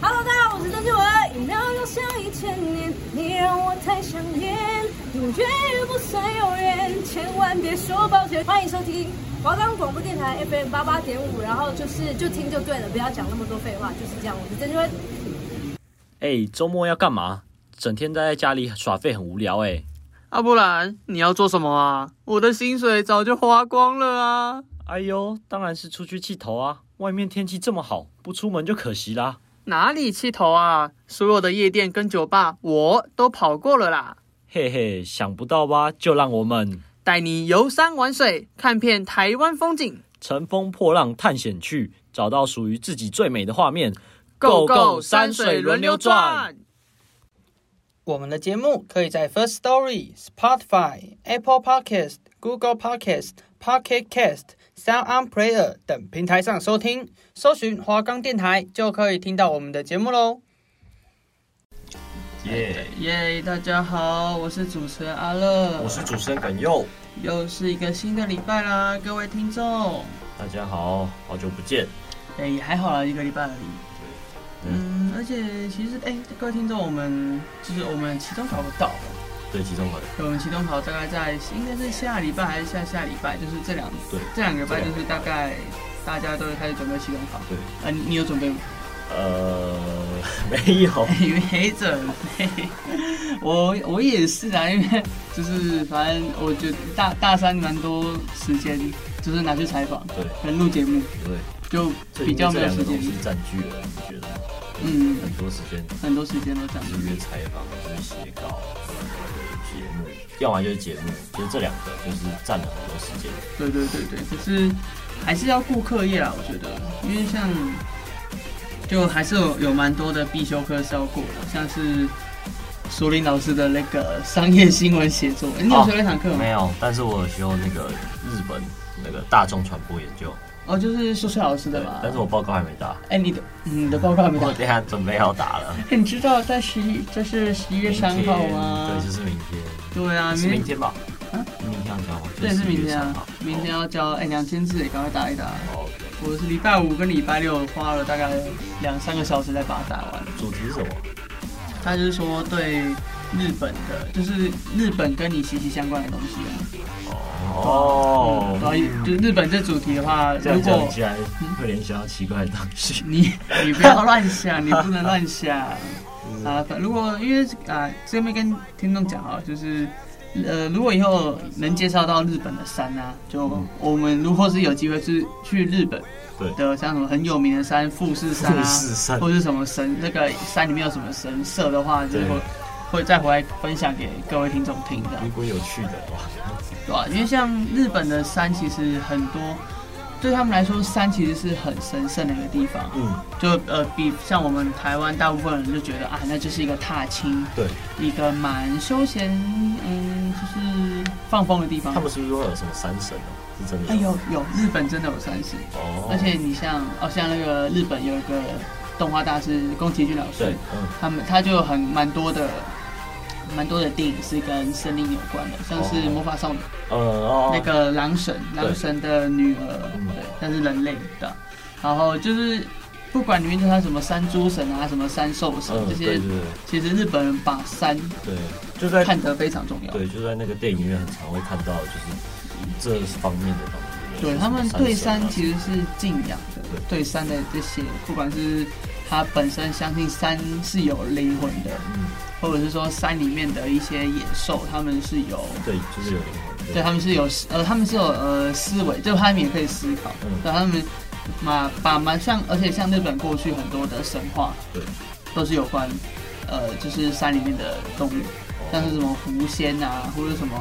Hello，大家好，我是郑志文。饮料又像一千年，你让我太想念，永远也不算永远，千万别说抱歉。欢迎收听华冈广播电台 FM 八八点五，然后就是就听就对了，不要讲那么多废话，就是这样。我是郑志文。哎，周末要干嘛？整天待在家里耍废很无聊哎。啊，不然你要做什么啊？我的薪水早就花光了啊！哎呦，当然是出去气头啊！外面天气这么好，不出门就可惜啦。哪里气头啊？所有的夜店跟酒吧我都跑过了啦，嘿嘿，想不到吧？就让我们带你游山玩水，看遍台湾风景。乘风破浪探险去，找到属于自己最美的画面。Go Go Go Go 山山水水轮轮流流转转。我们的节目可以在 First Story、Spotify、Apple Podcast、Google Podcast、Pocket Cast、Sound On Player 等平台上收听，搜寻华冈电台就可以听到我们的节目喽。耶、耶、大家好，我是主持人阿乐我是主持人耿佑，又是一个新的礼拜啦，各位听众。大家好，好久不见。哎、也还好啦，一个礼拜而已。嗯，而且其实，哎、各位听众，我们就是我们期中考不到，对，集中了。对我们期中考大概在应该是下礼拜还是下下礼拜，就是这两对这两个礼拜，这就两个是大概大家都会开始准备期中考。对，啊，你你有准备吗？呃， 没有。因为准备，我我也是啊，因为就是反正我觉得大大三蛮多时间，就是拿去采访对跟录节目，对，就这比较没这有两个时间东。西占据了，你觉得吗？嗯，很多时间很多时间都这样。就是约采访，就是写稿，节目，要么就是节目，就是这两个就是占了很多时间。对对对对，可是还是要顾课业啦，啊我觉得，因为像就还是有有蛮多的必修课是要过的，像是苏林老师的那个商业新闻写作，诶你有哦修那堂课吗没？有，但是我有修那个日本那个大众传播研究，哦，就是苏翠老师的对吧，？但是我报告还没打，哎，你的嗯你的报告还没我到等。一下准备要打了。哎你知道在十一，这是十一月三明天号吗对，就？是明天，对啊，是明明天吧？啊明天要交吗？对是明11月天3号啊，明天。要交哎两千字，也赶快打一打。哦，我是礼拜五跟礼拜六花了大概两三个小时才把它打完。主题是什么？他就是说对日本的，就是日本跟你息息相关的东西啊。哦然后就日本这主题的话，这样如讲果起来会联想到奇怪的东西。 你你不要乱想，你不能乱想嗯啊。反如果因为啊，这边跟听众讲啊，就是。呃，如果以后能介绍到日本的山啊，就我们如果是有机会是去日本嗯对的，像什么很有名的山富士山啊，富士山或是什么神，那个山里面有什么神社的话，就是对会会再回来分享给各位听众听的。如果有趣的话，对啊，因为像日本的山，其实很多对他们来说，山其实是很神圣的一个地方。嗯，就呃，比像我们台湾大部分人就觉得啊，那就是一个踏青，对。一个蛮休闲，嗯，就是放风的地方他。们是不是会有什么山神哦？是真的？哎，有有，日本真的有山神，哦，而且你像哦，像那个日本有一个动画大师宫崎骏老师对，，嗯，他们他就有很蛮多的。蛮多的电影是跟森林有关的，像是哦《魔法少女》呃，哦，那个狼神，对狼神的女儿，嗯对，但是人类的。然后就是不管里面叫它什么山猪神啊，什么山兽神嗯，这对对些，对其实日本人把山对，就在看得非常重要。对就在那个电影院很常会看到，就是这方面的东西。对他们啊对山实其实是敬仰的，对山的这些，不管是他本身相信山是有灵魂的，嗯，或者是说山里面的一些野兽，他们是有对，就是有灵魂。对，他们是有思呃，他们是有呃思维，就他们也可以思考，嗯对，他们嘛把蛮像，而且像日本过去很多的神话，对，都是有关呃，就是山里面的动物，像哦是什么狐仙啊，或者什么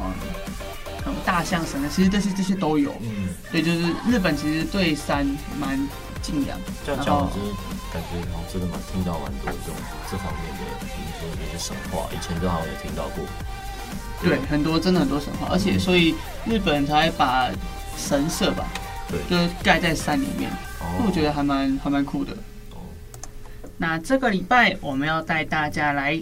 什么大象神啊，其实这些这些都有，嗯，所以就是日本其实对山蛮敬仰，这样讲我就是感觉好像真的蛮听到蛮多这种这方面的，比如说那些神话，以前都好像有听到过。对，很多真的很多神话，嗯而且所以日本人才把神社吧，对就是盖在山里面，哦我觉得还蛮还蛮酷的。哦，那这个礼拜我们要带大家来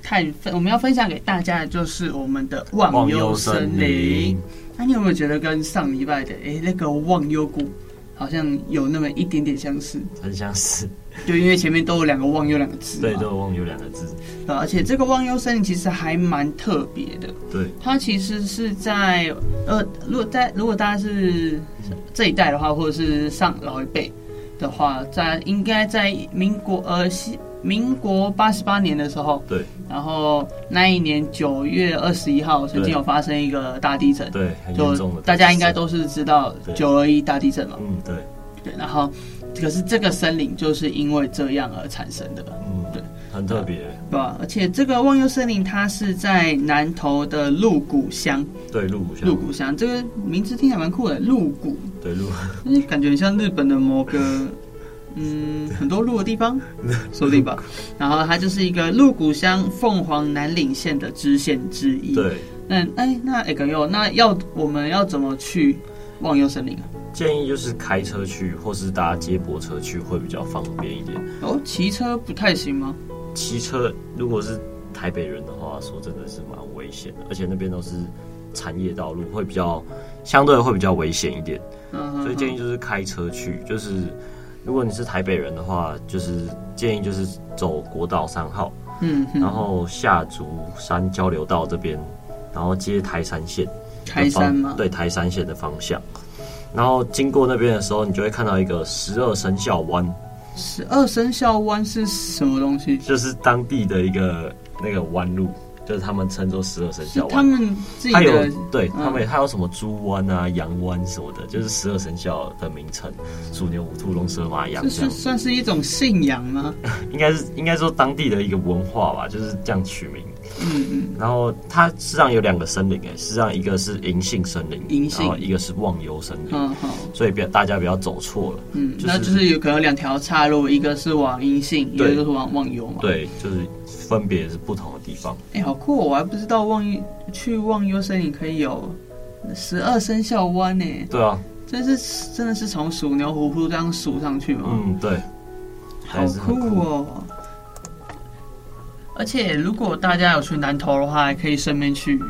探分，我们要分享给大家的就是我们的忘忧森林。，那你有没有觉得跟上礼拜的诶那个忘忧谷好像有那么一点点相似？很相似。就因为前面都有两个忘忧两个字，对，都，有忘忧两个字，对，而且这个忘忧森林其实还蛮特别的，对，它其实是在呃，如果在如果大家是这一代的话，或者是上老一辈的话，在应该在民国呃西民国八十八年的时候，对，然后那一年九月二十一号曾经对有发生一个大地震，对，很严重就的，大家应该，都是知道对九二一大地震嘛，嗯，对，对，然后可是这个森林就是因为这样而产生的。嗯，对，很特别，对吧？而且这个忘忧森林，它是在南投的鹿谷乡。对，鹿谷香鹿谷乡这个名字听起来蛮酷的，鹿谷，对，鹿，就是感觉很像日本的某个，嗯，很多鹿的地 方，说不定吧。然后它就是一个鹿谷乡凤凰南岭县的支县之一。，对，那哎，那哎，个佑，那要我们要怎么去忘忧森林啊？建议就是开车去，或是搭接驳车去会比较方便一点。哦，骑车不太行吗？骑车如果是台北人的话，说真的是蛮危险的，而且那边都是产业道路，会比较相对会比较危险一点。嗯，所以建议嗯就是开车去，就是如果你是台北人的话，就是建议就是走国道三号，嗯，嗯然后下竹山交流道这边，然后接台山线的开山方吗？对，台山线的方向。然后经过那边的时候，你就会看到一个十二生肖湾，十二生肖湾是什么东西？就是当地的一个那个弯路，就是他们称作十二生是肖他湾。们自己它有的对嗯他们，它有什么猪湾啊、羊湾什么的，就是十二生肖的名称，鼠、牛、虎、兔、龙、蛇、马、羊这这样是。算是一种信仰 吗？应该是应该说当地的一个文化吧，就是这样取名。嗯嗯，然后它实际上有两个森林，哎，实际上一个是银杏森林，银杏然后一个是忘忧森林，嗯好，所以不要大家不要走错了。嗯，就是那就是有可能有两条岔路，一个是往阴性，一对个就是往忘忧嘛。，对，就是分别是不同的地方。哎、好酷、哦！我还不知道忘去忘忧森林可以有十二生肖湾呢，对啊，真是真的是从鼠牛虎兔这样数上去吗？嗯，对，好还是很酷哦！而且如果大家有去南投的话，还可以顺便去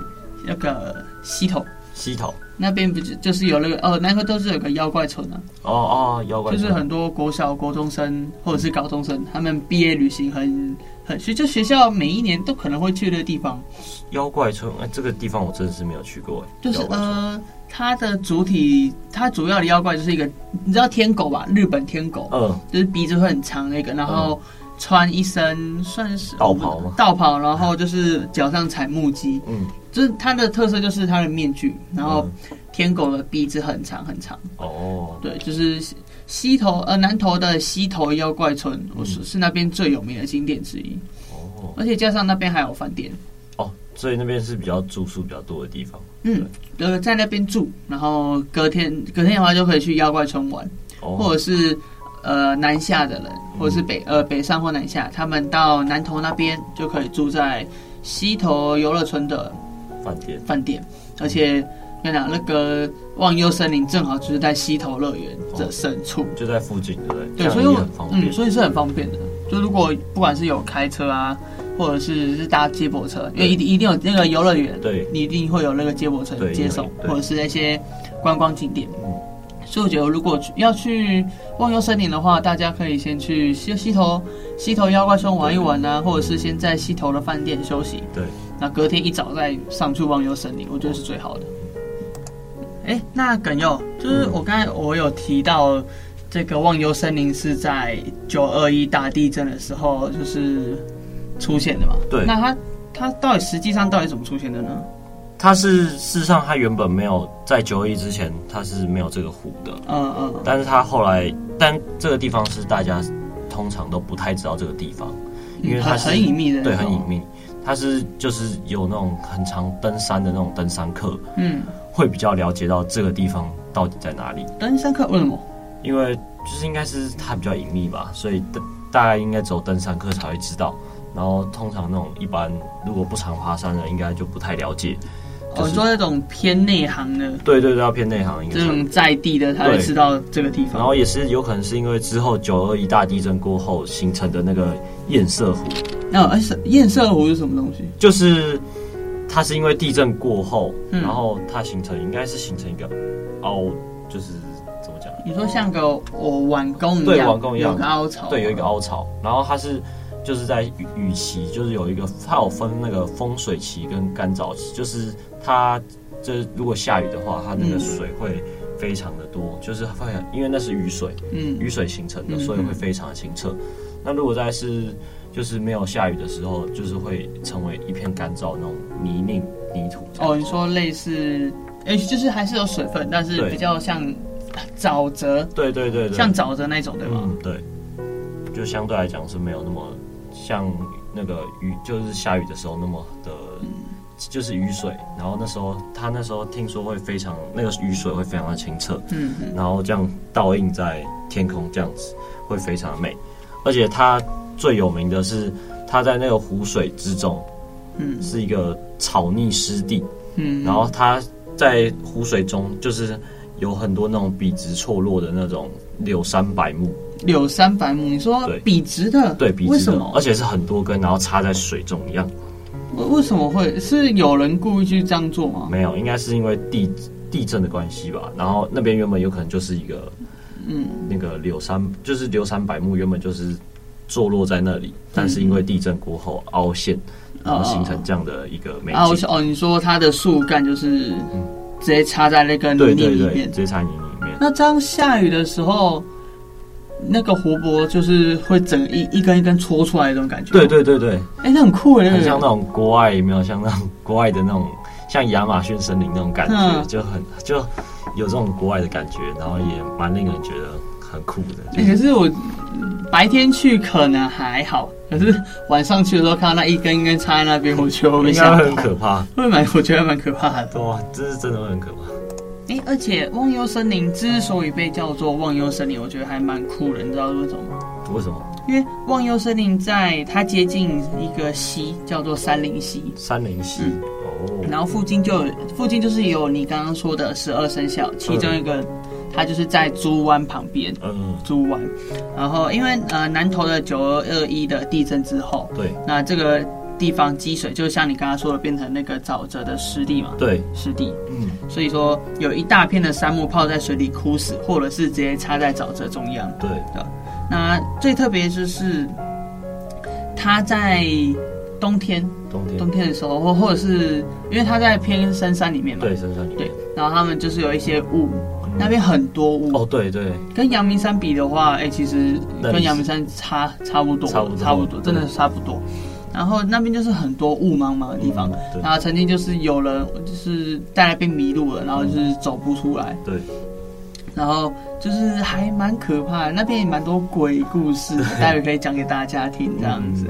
那个溪头溪头，那边，不就就是有那个哦，那个都是有个妖怪村啊。哦哦，妖怪就村，是很多国小、国中生或者是高中生，他们毕业旅行很很，其实就学校每一年都可能会去的地方，妖怪村，哎，这个地方我真的是没有去过，哎，就是妖怪村，呃，它的主体，它主要的妖怪就是一个，你知道天狗吧？日本天狗，嗯，就是鼻子会很长那个，然后穿一身算是哦道袍吗道袍，然后就是脚上踩木屐，嗯，就是它的特色就是它的面具，然后嗯天狗的鼻子很长很长。哦，对，就是西西头呃南头的西头妖怪村，我是是那边最有名的景点之一，哦，而且加上那边还有饭店，哦，所以那边是比较住宿比较多的地方，嗯，呃，在那边住，然后隔天隔天的话就可以去妖怪村玩，或哦，者是呃南下的人，或者是北呃北上或南下，他们到南头那边就可以住在西头游乐村的饭店，饭店，而且。跟你讲，那个忘忧森林正好就是在西头乐园这深处，就在附近，对不对？对，这所以样也我很方嗯，便。所以是很方便的。就如果不管是有开车啊，或者是是搭接驳车，因为一定一定有那个游乐园，对你一定会有那个接驳车对接送一定，会对或者是那些观光景点。嗯所以我觉得，如果去要去忘忧森林的话，大家可以先去西西头西头妖怪村玩一玩啊，或者是先在西头的饭店休息，对，那隔天一早再上去忘忧森林，我觉得是最好的。嗯哎，那耿佑，就是我刚才我有提到，这个忘忧森林是在九二一大地震的时候就是出现的嘛？对那它它到底实际上到底怎么出现的呢？它是事实上它原本没有在九一之前它是没有这个湖的，嗯嗯但是它后来，但这个地方是大家通常都不太知道这个地方，因为嗯，它很是很隐秘的，对很隐。秘，它是就是有那种很常登山的那种登山客嗯，会比较了解到这个地方到底在哪里，登山客为什么？因为就是应该是它比较隐秘吧，所以大大概应该只有登山客才会知道。然后通常那种一般如果不常爬山的，应该就不太了解。就哦，是你说那种偏内行的，对对对，要偏内行应该这是。种在地的，他会对知道这个地然方。后也是有可能是因为之后九二一大地震过后形成的那个堰塞湖，那哎，是堰塞湖是什么东西？就是它是因为地震过后，嗯然后它形成应该是形成一个凹，就是怎么讲，你说像个我碗弓一样，对碗弓一样有个凹槽，对，有一个凹槽，然后它是就是在雨雨期，就是有一个它有分那个风水期跟干燥期，就是它这如果下雨的话，它那个嗯水会非常的多，就是会很因为那是雨水，嗯雨水形成嗯的，所以会非常的清澈。那如果在是就是没有下雨的时候，就是会成为一片干燥那种泥泞泥土这样。哦，你说类似，哎，就是还是有水分，但是对比较像沼泽，对对对对，像沼泽那种，对吗？嗯，对，就相对来讲是没有那么像那个雨，就是下雨的时候那么的，就是雨水。然后那时候他那时候听说会非常那个雨水会非常的清澈，嗯嗯然后这样倒映在天空这样子会非常美。而且它最有名的是，它在那个湖水之中嗯是一个草泥湿地，嗯，然后它在湖水中就是有很多那种笔直错落的那种柳杉柏木，柳杉白木，你说对笔直的，对，笔为直什的，而么？且是很多根，然后插在水中一样。为为什么会是有人故意去这样做吗？没有，应该是因为地地震的关系吧。然后那边原本有可能就是一个嗯那个柳杉，就是柳杉柏木原本就是坐落在那嗯里，但是因为地震过后凹陷，然后形成这样的一个美啊，我景。想哦，你说它的树干就是嗯直接插在那个泥对泞对里对，面。直接插泥里面。那这样下雨的时候，那个湖泊就是会整一一根一根戳出来的那种感觉。对，对对对，哎、那很酷哎，很像那种国外有没有？像那种国外的那种，像亚马逊森林那种感觉，嗯就很就有这种国外的感觉，然后也蛮令人觉得很酷的。就哎、可是我嗯白天去可能还好，可是晚上去的时候看到那一根一根插在那边，我觉得我被应该吓到会很可怕。会蛮，我觉得蛮可怕的。对啊，这是真的会很可怕。哎、而且忘忧森林之所以被叫做忘忧森林，我觉得还蛮酷的，你知道为什么吗？为什么？因为忘忧森林在它接近一个溪，叫做三林溪，三零七嗯哦，然后附近就有附近就是有你刚刚说的十二生肖，其中一个它就是在猪湾旁边，嗯，猪湾。然后因为呃南投的九二二一的地震之后，对那这个地方积水就像你刚刚说的，变成那个沼泽的湿地嘛，对，湿地。嗯，所以说有一大片的杉木泡在水里枯死，或者是直接插在沼泽中央。对，那最特别就是它在冬天，冬冬天，天的时候，或或者是因为它在偏深山里面嘛，对，深山里对面，然后他们就是有一些雾，嗯那边很多雾。哦，对对，跟阳明山比的话，哎、其实那里跟是阳明山差差不多，差不多真的是差不多。然后那边就是很多雾茫茫的地方，嗯然后曾经就是有人就是在那边迷路了，然后就是走不出来，对对，然后就是还蛮可怕的，那边也蛮多鬼故事的，待会可以讲给大家听这样子。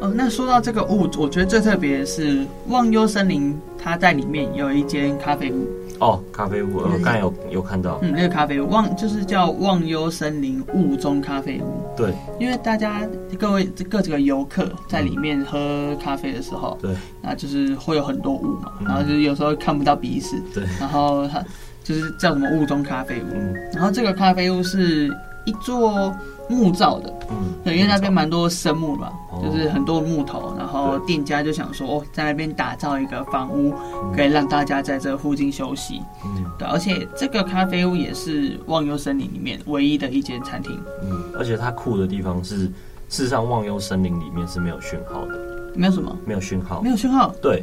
哦，那说到这个雾，我觉得最特别的是忘忧森林，它在里面有一间咖啡屋，哦，咖啡屋，呃我对刚才有有看到，嗯，那个咖啡屋忘就是叫忘忧森林雾中咖啡屋，对因为大家各位各这个游客在里面喝咖啡的时候，对那就是会有很多雾嘛，嗯然后就是有时候看不到彼此，对，然后它就是叫什么雾中咖啡屋，嗯然后这个咖啡屋是一座木造的，嗯，对，因为那边蛮多生木嘛，哦就是很多木头，然后店家就想说，哦，在那边打造一个房屋，可以让大家在这附近休息。嗯对，而且这个咖啡屋也是忘忧森林里面唯一的一间餐厅，嗯，而且它酷的地方是，事实上忘忧森林里面是没有讯号的，没有什么，没有讯号没，有讯号。对。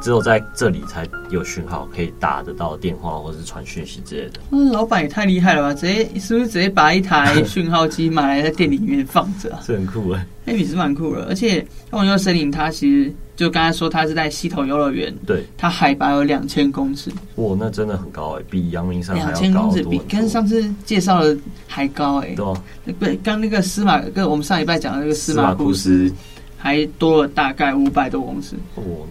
只有在这里才有讯号，可以打得到电话或者是传讯息之类的。那老板也太厉害了吧！直接是不是直接把一台讯号机买来在店里面放着啊？是很酷哎。那也是蛮酷的。而且忘忧森林它其实就刚才说它是在溪头游乐园，对，它海拔有两千公尺，哇，那真的很高哎，比阳明山还两要千高公很尺多比很跟多上次介绍的还高哎、对啊，那不，刚那个司马跟我们上礼拜讲的那个司司马马库库斯斯，还多了大概五百多公尺。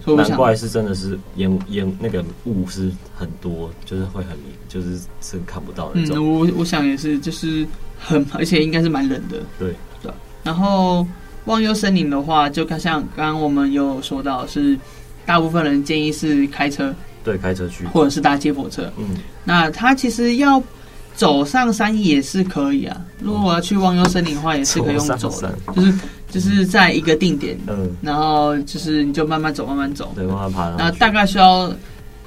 所哦，以我想难怪是真的是烟烟那个雾是很多，就是会很就是是看不到那嗯，种。我我想也是，就是很，而且应该是蛮冷的。对对。然后忘忧森林的话，就刚像刚刚我们有说到是，大部分人建议是开车对，开车去，或者是搭接驳车。嗯，那它其实要走上山也是可以啊。如果我要去忘忧森林的话，也是可以用走走上的，就是就是在一个定点，嗯，然后就是你就慢慢走，慢慢走。对，慢慢爬啊那上去。大概需要，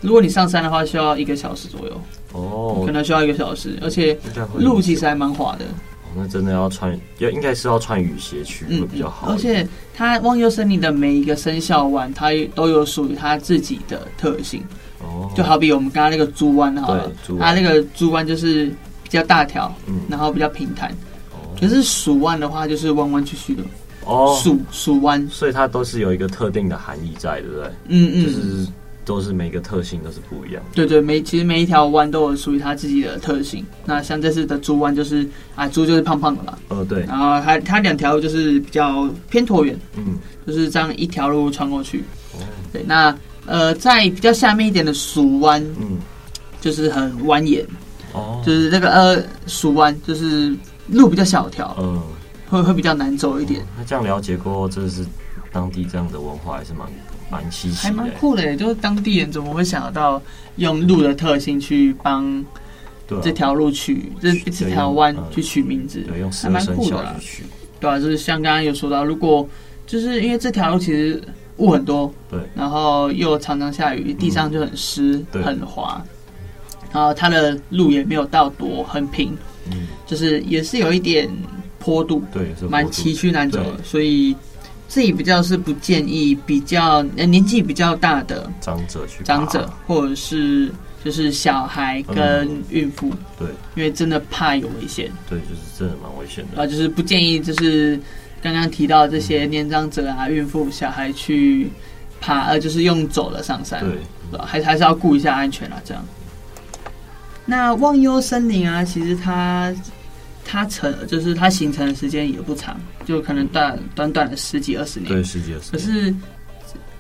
如果你上山的话，需要一个小时左右。哦可，能需要一个小时，而且应该会路其实还蛮滑的，哦那真的要穿，要应该是要穿雨鞋去会嗯比较好而一点。且它忘忧森林的每一个生肖湾，它都有属于它自己的特性，哦，就好比我们刚刚那个猪湾好了对猪，它湾那个猪湾就是比较大条，嗯然后比较平坦，哦可是鼠湾的话就是弯弯曲曲的，哦，鼠鼠湾，所以它都是有一个特定的含义在，对不对？嗯嗯。就是都是每个特性都是不一样的。对对，每其实每一条湾都有属于它自己的特性。那像这次的猪湾就是啊，猪就是胖胖的嘛，呃，对，然后它它两条路就是比较偏椭圆，嗯，就是这样一条路穿过去。哦，对，那呃，在比较下面一点的鼠湾嗯，就是很蜿蜒，哦，就是那个呃鼠湾就是路比较小条，嗯，会会比较难走一点，那这样了解过，这是当地这样的文化，还是蛮蛮稀奇还的。蛮酷的耶。就是当地人怎么会想到用路的特性去帮对啊，这条路取这取嗯这条湾去取名字，对，用十还二蛮生酷的肖啊啦去。取，对啊，就是像刚刚有说到，如果就是因为这条路其实雾很多，对嗯然后又常常下雨，地上就很湿、对很滑，然后它的路也没有到多很平，嗯，就是也是有一点坡度，对，是蛮国度崎岖难走的，对所以自己比较是不建议比较呃年纪比较大的长者去爬长者或者是就是小孩跟啊嗯孕妇，对因为真的怕有危险。对，就是真的蛮危险的。啊，就是不建议，就是刚刚提到这些年长者啊、孕妇、小孩去爬，呃，就是用走了上山，对，对吧还是还是要顾一下安全啦、啊这样。那忘忧森林啊，其实它它成就是它形成的时间也不长，就可能短短短的十几二十年。对，世界嗯可是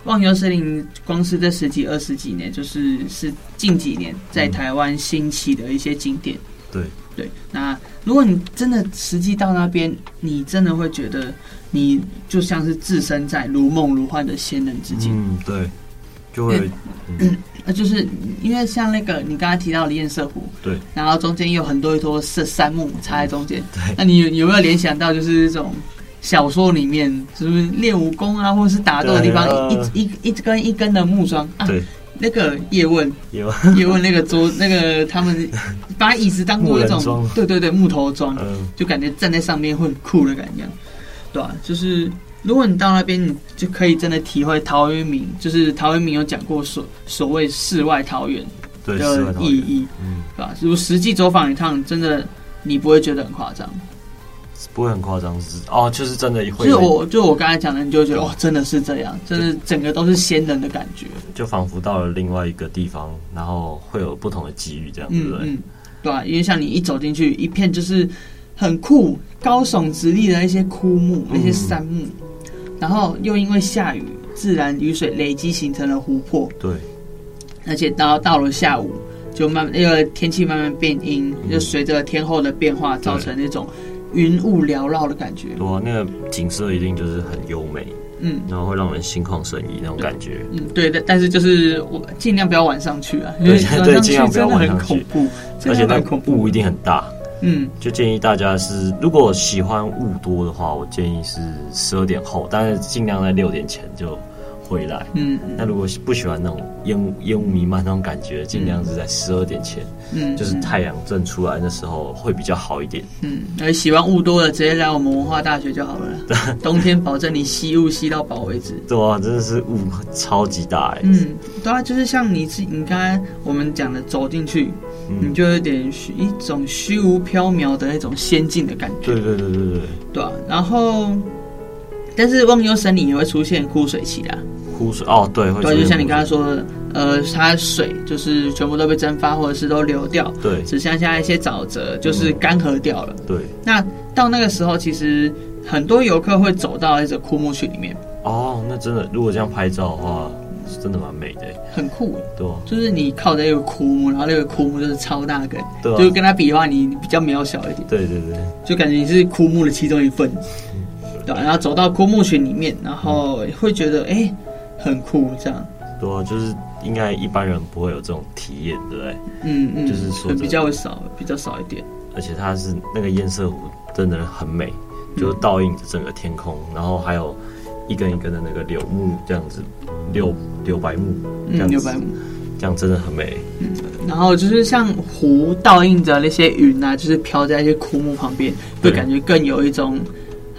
忘忧森林光是这十几二十几年，就是是近几年在台湾兴起的一些景点。对对，那如果你真的实际到那边，你真的会觉得你就像是置身在如梦如幻的仙人之境。嗯，对，就会那、就是因为像那个你刚才提到的堰塞湖，对，然后中间有很多一坨是杉木插在中间，嗯对那你有有没有联想到就是这种小说里面，就是练武功啊，或者是打斗的地方，对啊一一一根一根的木桩啊？对，那个叶问，有 叶问那个桌，那个他们把椅子当做那木人种桩，对对对，木头桩，嗯就感觉站在上面会很酷的感觉，对吧、就是如果你到那边，你就可以真的体会陶渊明，就是陶渊明有讲过所所谓世外桃源对，世外的桃意源，义，嗯，对吧、如果实际走访一趟，真的你不会觉得很夸张。不会很夸张，是哦，就是真的就会是有，我就我刚才讲的，你就会觉得哇，真的是这样，真的整个都是仙人的感觉。就仿佛到了另外一个地方，然后会有不同的机遇，这样，对嗯不对？嗯，对啊，因为像你一走进去，一片就是很酷、高耸直立的一些枯木、嗯那些杉木，然后又因为下雨，自然雨水累积形成了湖泊，对，而且到到了下午，就慢因为天气慢慢变阴，嗯就随着天候的变化，造成那种云雾缭绕的感觉。对啊，那个景色一定就是很优美，嗯。然后会让人心旷神怡那种感觉。嗯，对的，但是就是我尽量不要晚上去啊，因对为晚对上尽去量真不要的晚很上去恐怖，真而的且那很个恐怖。雾一定很大，嗯，就建议大家是，如果喜欢雾多的话，我建议是十二点后，但是尽量在六点前就回来。嗯那如果不喜欢那种烟雾烟雾弥漫那种感觉，尽量是在十二点前，嗯，就是太阳正出来的时候会比较好一点。嗯，而喜欢雾多的，直接来我们文化大学就好了啦。 冬天保证你吸雾吸到饱为止。对啊，真的是雾超级大哎、嗯，对啊，就是像你是你刚才我们讲的走进去，嗯你就有点虚一种虚无缥缈的那种仙境的感觉，对对对对对，对啊。然后，但是忘忧森林也会出现枯水期啦，湖水哦对，会对啊，出就现像你湖刚才水说的，呃，它水就是全部都被蒸发或者是都流掉，对嗯只剩下一些沼泽，就是干涸掉了。对那到那个时候，其实很多游客会走到那个枯木区里面，哦，那真的如果这样拍照的话，是真的蛮美的、欸，很酷。对啊就是你靠着那个枯木，然后那个枯木就是超大根，对啊就是跟它比的话，你比较渺小一点，对对对，就感觉你是枯木的其中一份子，对啊吧、然后走到枯木群里面，然后会觉得哎、诶很酷这样，对啊，就是应该一般人不会有这种体验，对不对？嗯嗯，就是说会这比较少，比较少一点，而且它是那个堰塞湖真的很美，就是倒映着整个天空，然后还有一根一根的那个柳木这样子，柳柳白木这嗯，样六百子亩，这样真的很美。然后就是像湖倒映着那些云啊，就是飘在一些枯木旁边，会对感觉更有一种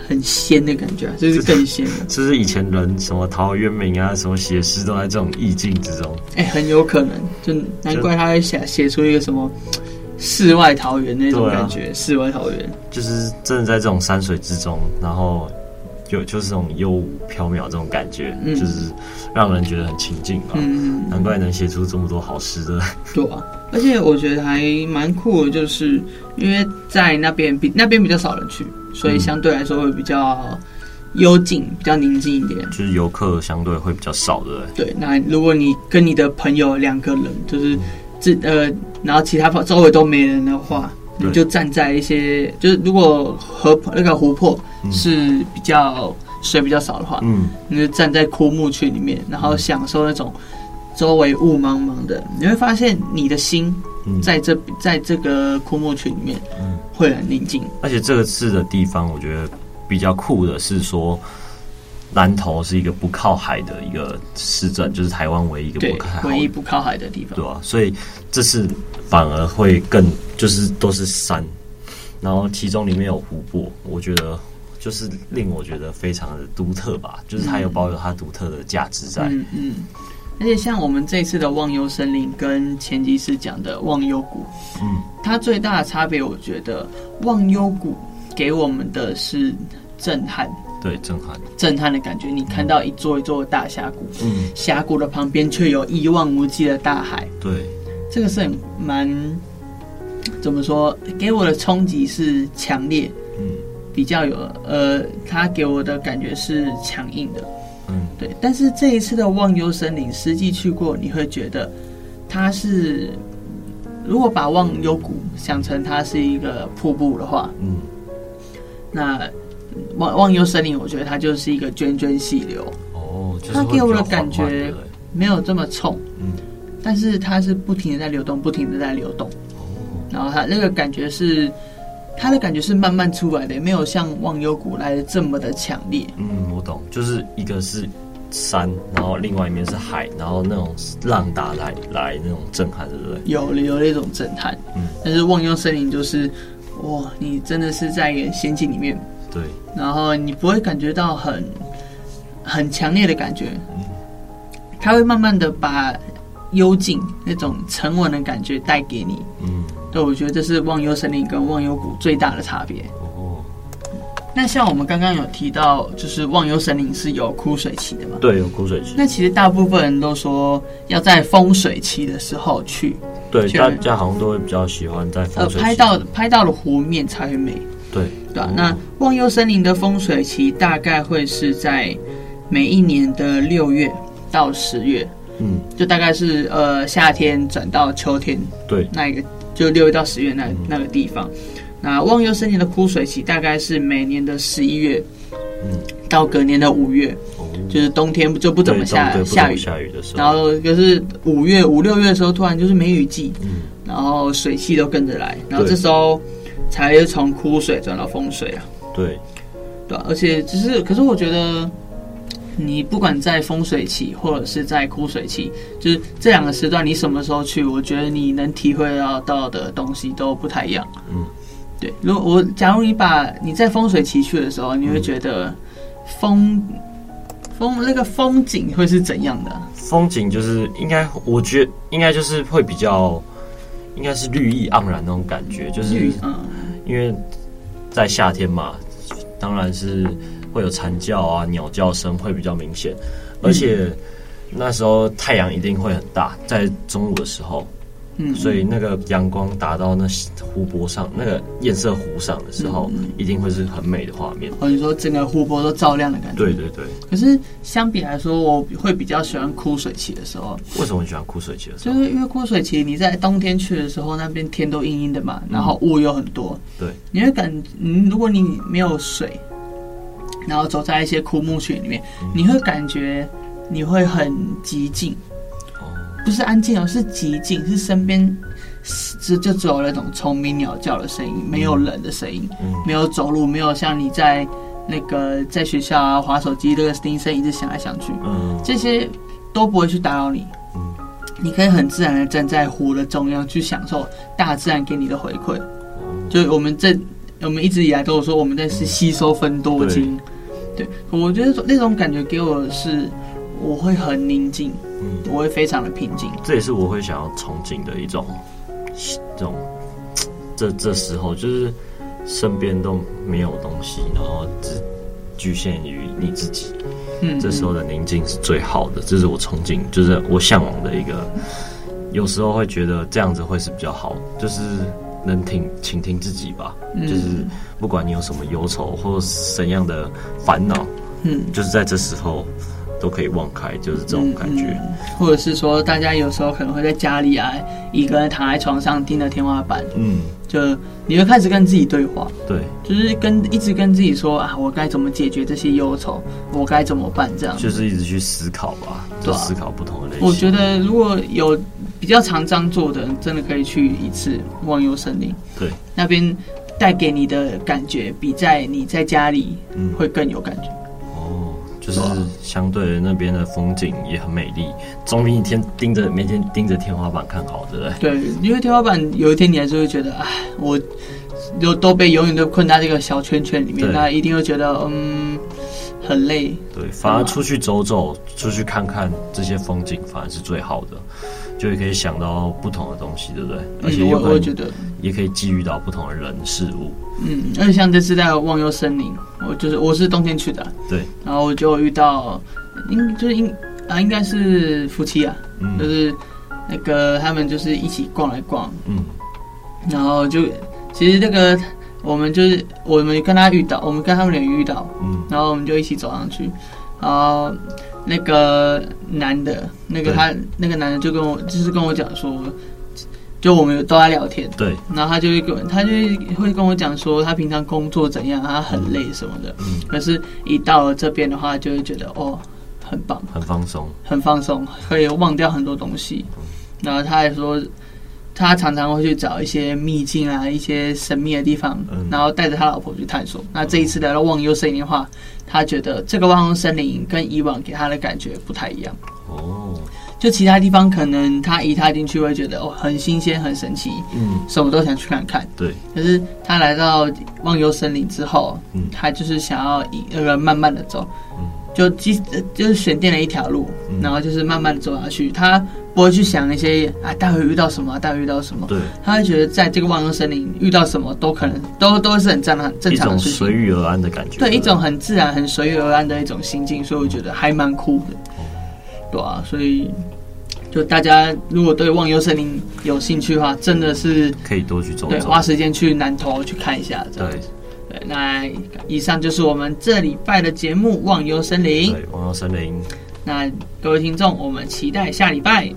很仙的感 觉啊，就是更仙的，就是以前人什么陶渊明啊，什么写诗都在这种意境之中。哎、很有可能，就难怪他会写写出一个什么世外桃源那种对啊啊感觉，世外桃源。就是真的在这种山水之中，然后有就是这种幽无缥缈这种感觉，嗯就是让人觉得很亲近吧。嗯，难怪能写出这么多好诗 的，对啊，而且我觉得还蛮酷的，就是因为在那边比那边比较少人去，所以嗯相对来说会比较幽静、比较宁静一点。就是游客相对会比较少的。对，那如果你跟你的朋友两个人，就是这呃，然后其他朋周围都没人的话，对你就站在一些就是如果河那个湖泊嗯是比较水比较少的话，嗯，你就站在枯木区里面，然后享受那种周围雾茫茫的，你会发现你的心嗯在这在这个枯木区里面嗯会很宁静。而且这次的地方，我觉得比较酷的是说，南投是一个不靠海的一个市镇，就是台湾唯一一个对不靠，唯海一，不靠海的地方对。啊，所以这次反而会更就是都是山，然后其中里面有湖泊，我觉得就是令我觉得非常的独特吧，就是它有保有它独特的价值在。嗯嗯。而且像我们这次的忘忧森林跟前几次讲的忘忧谷，嗯，它最大的差别，我觉得忘忧谷给我们的是震撼，对，震撼。震撼的感觉。你看到一座一座的大峡谷，嗯，峡谷的旁边却有一望无际的大海，对，这个是很蛮怎么说？给我的冲击是强烈，嗯比较有呃，它给我的感觉是强硬的。嗯，对，但是这一次的忘忧森林，实际去过，你会觉得它是，如果把忘忧谷想成它是一个瀑布的话，嗯那嗯忘忘忧森林，我觉得它就是一个涓涓细流，哦，就是它会给我比较的感缓慢觉对没有这么冲，嗯，但是它是不停的在流动，不停的在流动，哦，然后它那个感觉是。它的感觉是慢慢出来的，没有像忘忧谷来的这么的强烈。嗯，我懂，就是一个是山，然后另外一面是海，然后那种浪打来来那种震撼，对不对？有有那种震撼。嗯但是忘忧森林就是，哇，你真的是在一个仙境里面，对，然后你不会感觉到很很强烈的感觉，它会慢慢的把幽静那种沉稳的感觉带给你。嗯，对，我觉得这是忘忧森林跟忘忧谷最大的差别。哦，那像我们刚刚有提到，就是忘忧森林是有枯水期的嘛？对，有枯水期。那其实大部分人都说要在风水期的时候去，对，确大认家好像都会比较喜欢在呃，风水拍区到拍到了湖面才会美。对对啊哦，那忘忧森林的风水期大概会是在每一年的六月到十月，嗯就大概是呃夏天转到秋天对那一个，就六月到十月那嗯那个地方。那忘忧森林的枯水期大概是每年的十一月嗯到隔年的五月，哦就是冬天就不不怎么下下下雨，下雨的时候，然后就是五月五六月的时候突然就是梅雨季，嗯然后水汽都跟着来，然后对这时候才会从枯水转到风水啊。对对啊、而且只是，可是我觉得，你不管在风水期或者是在枯水期，就是这两个时段，你什么时候去，我觉得你能体会到到的东西都不太一样。嗯，对。如果我假如你把你在风水期去的时候，你会觉得风风那个风景会是怎样的啊？风景就是应该，我觉得应该就是会比较，应该是绿意盎然那种感觉，就是嗯，因为在夏天嘛，当然是会有蝉叫啊、鸟叫声会比较明显，而且嗯那时候太阳一定会很大，在中午的时候，嗯所以那个阳光打到那湖泊上，那个堰塞湖上的时嗯候，一定会是很美的画面。哦，你说整个湖泊都照亮的感觉。对。对对，可是相比来说，我会比较喜欢枯水期的时候，为什么你喜欢枯水节的时就候？是因为枯水期，你在冬天去的时候，那边天都阴阴的嘛，然后雾又很多，对，你会感，嗯，如果你没有水，然后走在一些枯木群里面，你会感觉你会很寂静，哦，不是安静哦，是寂静，是身边只就只有那种虫鸣鸟叫的声音，没有人的声音，嗯没有走路，没有像你在那个在学校啊划手机这个铃声一直响来响去，嗯这些都不会去打扰你。嗯你可以很自然的站在湖的中央去享受大自然给你的回馈。就我们这，我们一直以来都有说我们在是吸收分多精，对我觉得那种感觉给我的是，我会很宁静，嗯，我会非常的平静。这也是我会想要憧憬的一种，这种这这时候就是身边都没有东西，然后只局限于你自己，嗯，这时候的宁静是最好的，这是我憧憬，就是我向往的一个。有时候会觉得这样子会是比较好，就是能听倾听自己吧，嗯就是不管你有什么忧愁或怎样的烦恼，嗯，就是在这时候都可以忘开，就是这种感觉。嗯或者是说大家有时候可能会在家里啊，一个人躺在床上盯着天花板，嗯，就你会开始跟自己对话，对，就是跟一直跟自己说啊，我该怎么解决这些忧愁，我该怎么办这样。就是一直去思考吧，对就啊思考不同的类型。我觉得如果有比较常这样做的人，真的可以去一次忘忧森林对，那边。带给你的感觉比在你在家里嗯，会更有感觉，哦，就是对啊相对那边的风景也很美丽，总比你天盯着每天盯着天花板看好，对不对？对，因为天花板有一天你还是会觉得，哎，我就都被永远都困在这个小圈圈里面，对那一定会觉得嗯很累，对，反而出去走走，出去看看这些风景，反而是最好的，就也可以想到不同的东西，对不对？而且嗯、有我可我觉能得，也可以际遇到不同的人事物。嗯，而且像这次在忘忧森林，我就是我是冬天去的，啊对，然后我就遇到，嗯应就是应啊应该是夫妻啊，就嗯是那个他们就是一起逛来逛，嗯，然后就其实那个我们就是我们跟他遇到，我们跟他们也遇到，嗯然后我们就一起走上去，然后那个男的，那个对他那个男的就跟我就是跟我讲说，就我们有都在聊天。对，然后他就会跟我他就会跟我讲说，他平常工作怎样，他很累什么的。嗯，可是，一到了这边的话，就会觉得哦，很棒，很放松。很放松，可以忘掉很多东西。然后他还说，他常常会去找一些秘境啊，一些神秘的地方，嗯然后带着他老婆去探索。那这一次来到忘忧森林的话，他觉得这个忘忧森林跟以往给他的感觉不太一样。哦，就其他地方可能他一踏进去会觉得哦，很新鲜、很神奇，嗯，什么都想去看看。对，可是他来到忘忧森林之后，嗯他就是想要一那个慢慢的走，嗯就即就是选定了一条路，嗯然后就是慢慢的走下去。他不会去想一些啊，待会遇到什么啊，待会遇到什么，对，嗯他会觉得在这个忘忧森林遇到什么都可能都都是很正常正一常的种事随情。遇而安的感觉。对，一不种很自然、很随遇而安的一种心境，所以我觉得还蛮酷的，哦对啊，所以就大家如果对忘忧森林有兴趣的话，真的是可以多去走对，走。花时间去南投去看一下。这样对对，那以上就是我们这礼拜的节目《忘忧森林》。对，王耀森林，那各位听众，我们期待下礼拜。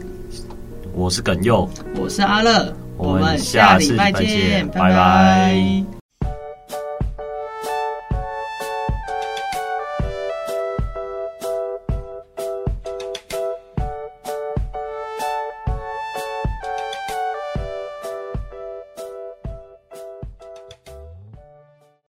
我是耿佑。我是阿乐，我们下礼下次拜礼拜见见，拜拜拜拜